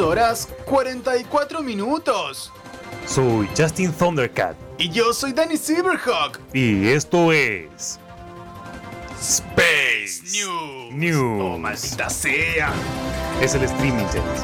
horas 44 minutos. Soy Justin Thundercat. Y yo soy Danny Silverhawk. Y esto es. Space News. News. Oh, maldita sea. Es el streaming, James.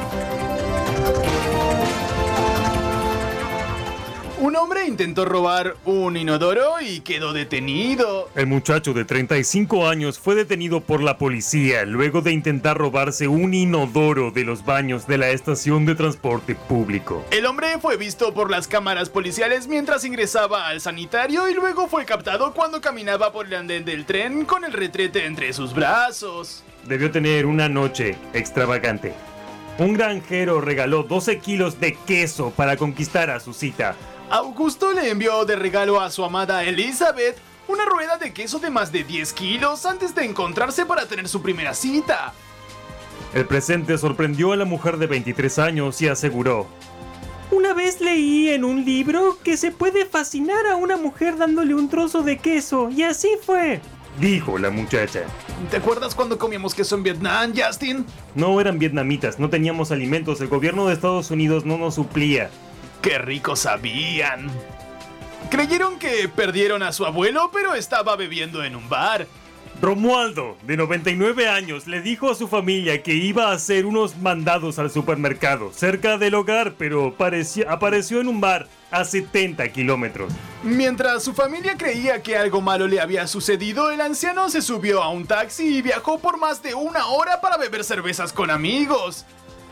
Un hombre intentó robar un inodoro y quedó detenido. El muchacho de 35 años fue detenido por la policía luego de intentar robarse un inodoro de los baños de la estación de transporte público. El hombre fue visto por las cámaras policiales mientras ingresaba al sanitario y luego fue captado cuando caminaba por el andén del tren con el retrete entre sus brazos. Debió tener una noche extravagante. Un granjero regaló 12 kilos de queso para conquistar a su cita. Augusto le envió de regalo a su amada Elizabeth una rueda de queso de más de 10 kilos antes de encontrarse para tener su primera cita. El presente sorprendió a la mujer de 23 años y aseguró. Una vez leí en un libro que se puede fascinar a una mujer dándole un trozo de queso, y así fue. Dijo la muchacha. ¿Te acuerdas cuando comíamos queso en Vietnam, Justin? No eran vietnamitas, no teníamos alimentos, el gobierno de Estados Unidos no nos suplía. ¡Qué rico sabían! Creyeron que perdieron a su abuelo, pero estaba bebiendo en un bar. Romualdo, de 99 años, le dijo a su familia que iba a hacer unos mandados al supermercado cerca del hogar, pero parecía- apareció en un bar a 70 kilómetros. Mientras su familia creía que algo malo le había sucedido, el anciano se subió a un taxi y viajó por más de una hora para beber cervezas con amigos.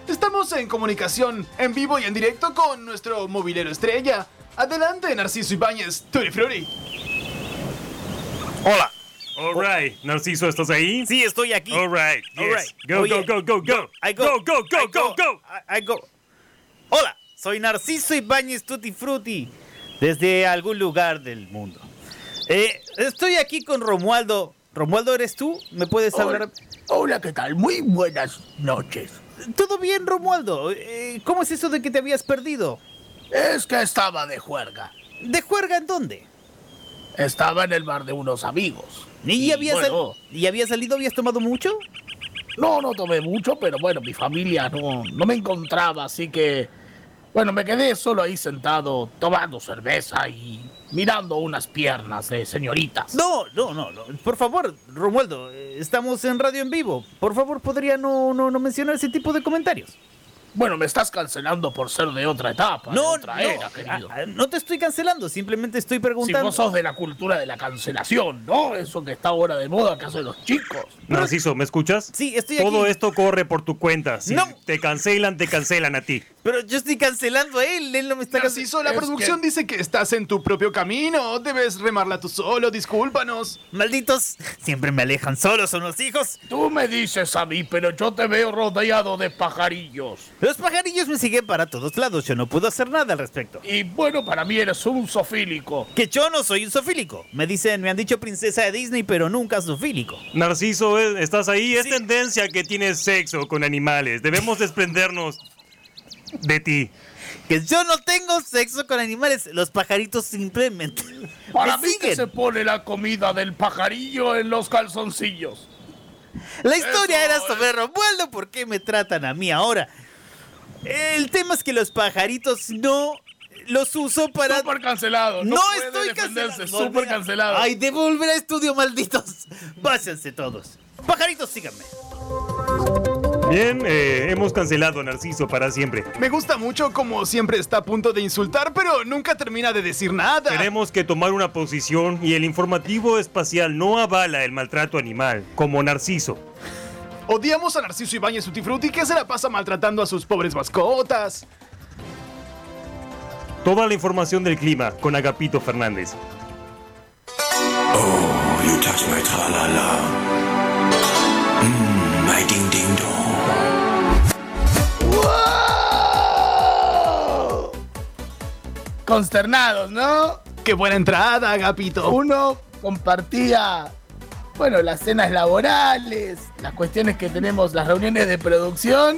Estamos en comunicación, en vivo y en directo con nuestro movilero estrella. Adelante, Narciso Ibáñez, Turi Fruri. Hola. Alright, Narciso, ¿estás ahí? Sí, estoy aquí. Alright, yes. Alright. Go, Oye, go, go, go, go. I Go, go, go, I go, go. I, I go. Hola, soy Narciso Ibáñez Tutti Frutti, desde algún lugar del mundo. Eh, estoy aquí con Romualdo. Romualdo, ¿eres tú? ¿Me puedes hablar? Hola, ¿qué tal? Muy buenas noches. ¿Todo bien, Romualdo? Eh, ¿Cómo es eso de que te habías perdido? Es que estaba de juerga. ¿De juerga en dónde? Estaba en el bar de unos amigos. ¿Y, habías sal- bueno, ¿Y habías salido? ¿Habías tomado mucho? No, no tomé mucho, pero bueno, mi familia no, no me encontraba, así que... Bueno, me quedé solo ahí sentado tomando cerveza y mirando unas piernas de señoritas. No, no, no, no. Por favor, Romualdo, eh, estamos en radio en vivo. Por favor, podría no, no, no mencionar ese tipo de comentarios. Bueno, me estás cancelando por ser de otra etapa, de otra era, querido. Ah, ah, no te estoy cancelando, simplemente estoy Si preguntando. vos sos de la cultura de la cancelación, ¿no? Eso que está ahora de moda que hacen los chicos. Narciso, ¿me escuchas? Sí, estoy Todo aquí. esto corre por tu cuenta. Si No. te cancelan, te cancelan a ti. Pero yo estoy cancelando a él, él no me está cancelando. Narciso, la es producción dice que estás en tu propio camino. Debes remarla tú solo, discúlpanos. Malditos, siempre me alejan solos, son los hijos. Tú me dices a mí, pero yo te veo rodeado de pajarillos. Los pajarillos me siguen para todos lados, yo no puedo hacer nada al respecto. Y bueno, para mí eres un sofílico. Que yo no soy un zoofílico. Me dicen, me han dicho princesa de Disney, pero nunca zoofílico. Narciso, eh, ¿estás ahí? Es Sí. tendencia que tienes sexo con animales. Debemos desprendernos de ti. Que yo no tengo sexo con animales, los pajaritos simplemente. Para me mí que siguen. se pone la comida del pajarillo en los calzoncillos. La historia Eso eh. era sobre Romualdo, ¿por qué me tratan a mí ahora? El tema es que los pajaritos no los uso para... Súper cancelado. No, no puede estoy defenderse, cancelado. Súper Volver a- cancelado. Ay, de volver a estudio, malditos. Váyanse todos. Pajaritos, síganme. Bien, eh, hemos cancelado a Narciso para siempre. Me gusta mucho como siempre está a punto de insultar, pero nunca termina de decir nada. Ah. Tenemos que tomar una posición y el informativo espacial no avala el maltrato animal, como Narciso. Odiamos a Narciso Ibáñez Utifruti que se la pasa maltratando a sus pobres mascotas. Toda la información del clima con Agapito Fernández. Oh, you touch my tra-la-la. Mmm, my ding-ding-dong. Consternados, ¿no? Qué buena entrada, Agapito. Uno compartía, bueno, las cenas laborales, las cuestiones que tenemos, las reuniones de producción.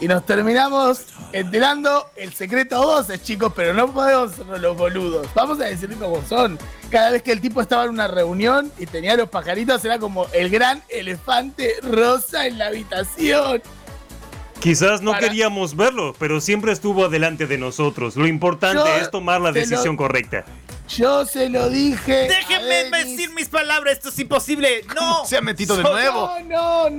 Y nos terminamos enterando el secreto a voces, chicos, pero no podemos ser los boludos. Vamos a decir como son. Cada vez que el tipo estaba en una reunión y tenía los pajaritos, era como el gran elefante rosa en la habitación. Quizás no Para- queríamos verlo, pero siempre estuvo adelante de nosotros. Lo importante Yo es tomar la te lo- decisión correcta. Yo se lo dije. a Déjenme Denis. decir mis palabras, esto es imposible. No. Se ha metido de Soy- nuevo. No, no,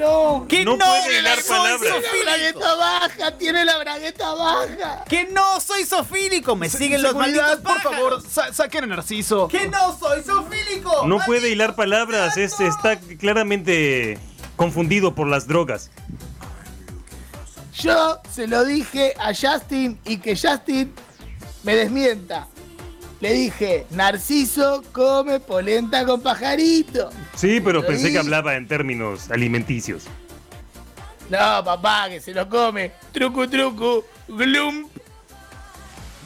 no. Que no, No puede hilar soy palabras. Tiene la zoofílico. bragueta baja, tiene la bragueta baja. Que no soy sofílico. Me siguen los malditos Seguridad, por favor, pájaros. sa- saquen a Narciso. Que no soy sofílico. No puede hilar palabras, es, está claramente confundido por las drogas. Yo se lo dije a Justin y que Justin me desmienta. Le dije, Narciso come polenta con pajarito. Sí, pero pensé Ahí. que hablaba en términos alimenticios. No, papá, que se lo come. Trucu, trucu, glump.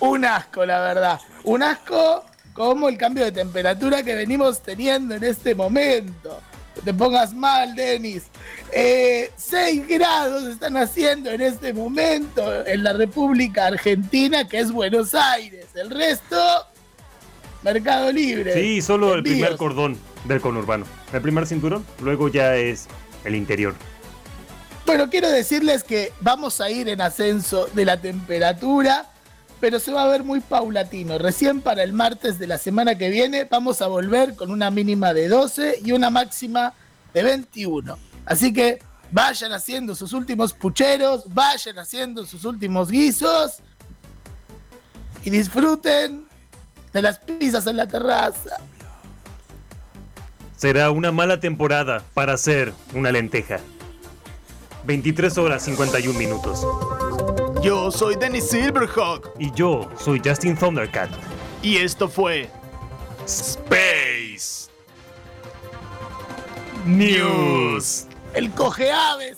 Un asco, la verdad. Un asco como el cambio de temperatura que venimos teniendo en este momento. No te pongas mal, Denis. Eh, 6 grados están haciendo en este momento en la República Argentina, que es Buenos Aires. El resto, Mercado Libre. Sí, solo el primer Envíos. cordón del conurbano. El primer cinturón, luego ya es el interior. Bueno, quiero decirles que vamos a ir en ascenso de la temperatura, pero se va a ver muy paulatino. Recién para el martes de la semana que viene vamos a volver con una mínima de 12 y una máxima de 21. Así que vayan haciendo sus últimos pucheros, vayan haciendo sus últimos guisos y disfruten de las pizzas en la terraza. Será una mala temporada para hacer una lenteja. 23 horas 51 minutos. Yo soy Dennis Silverhawk Y yo soy Justin Thundercat. y esto fue Space News. El coge aves.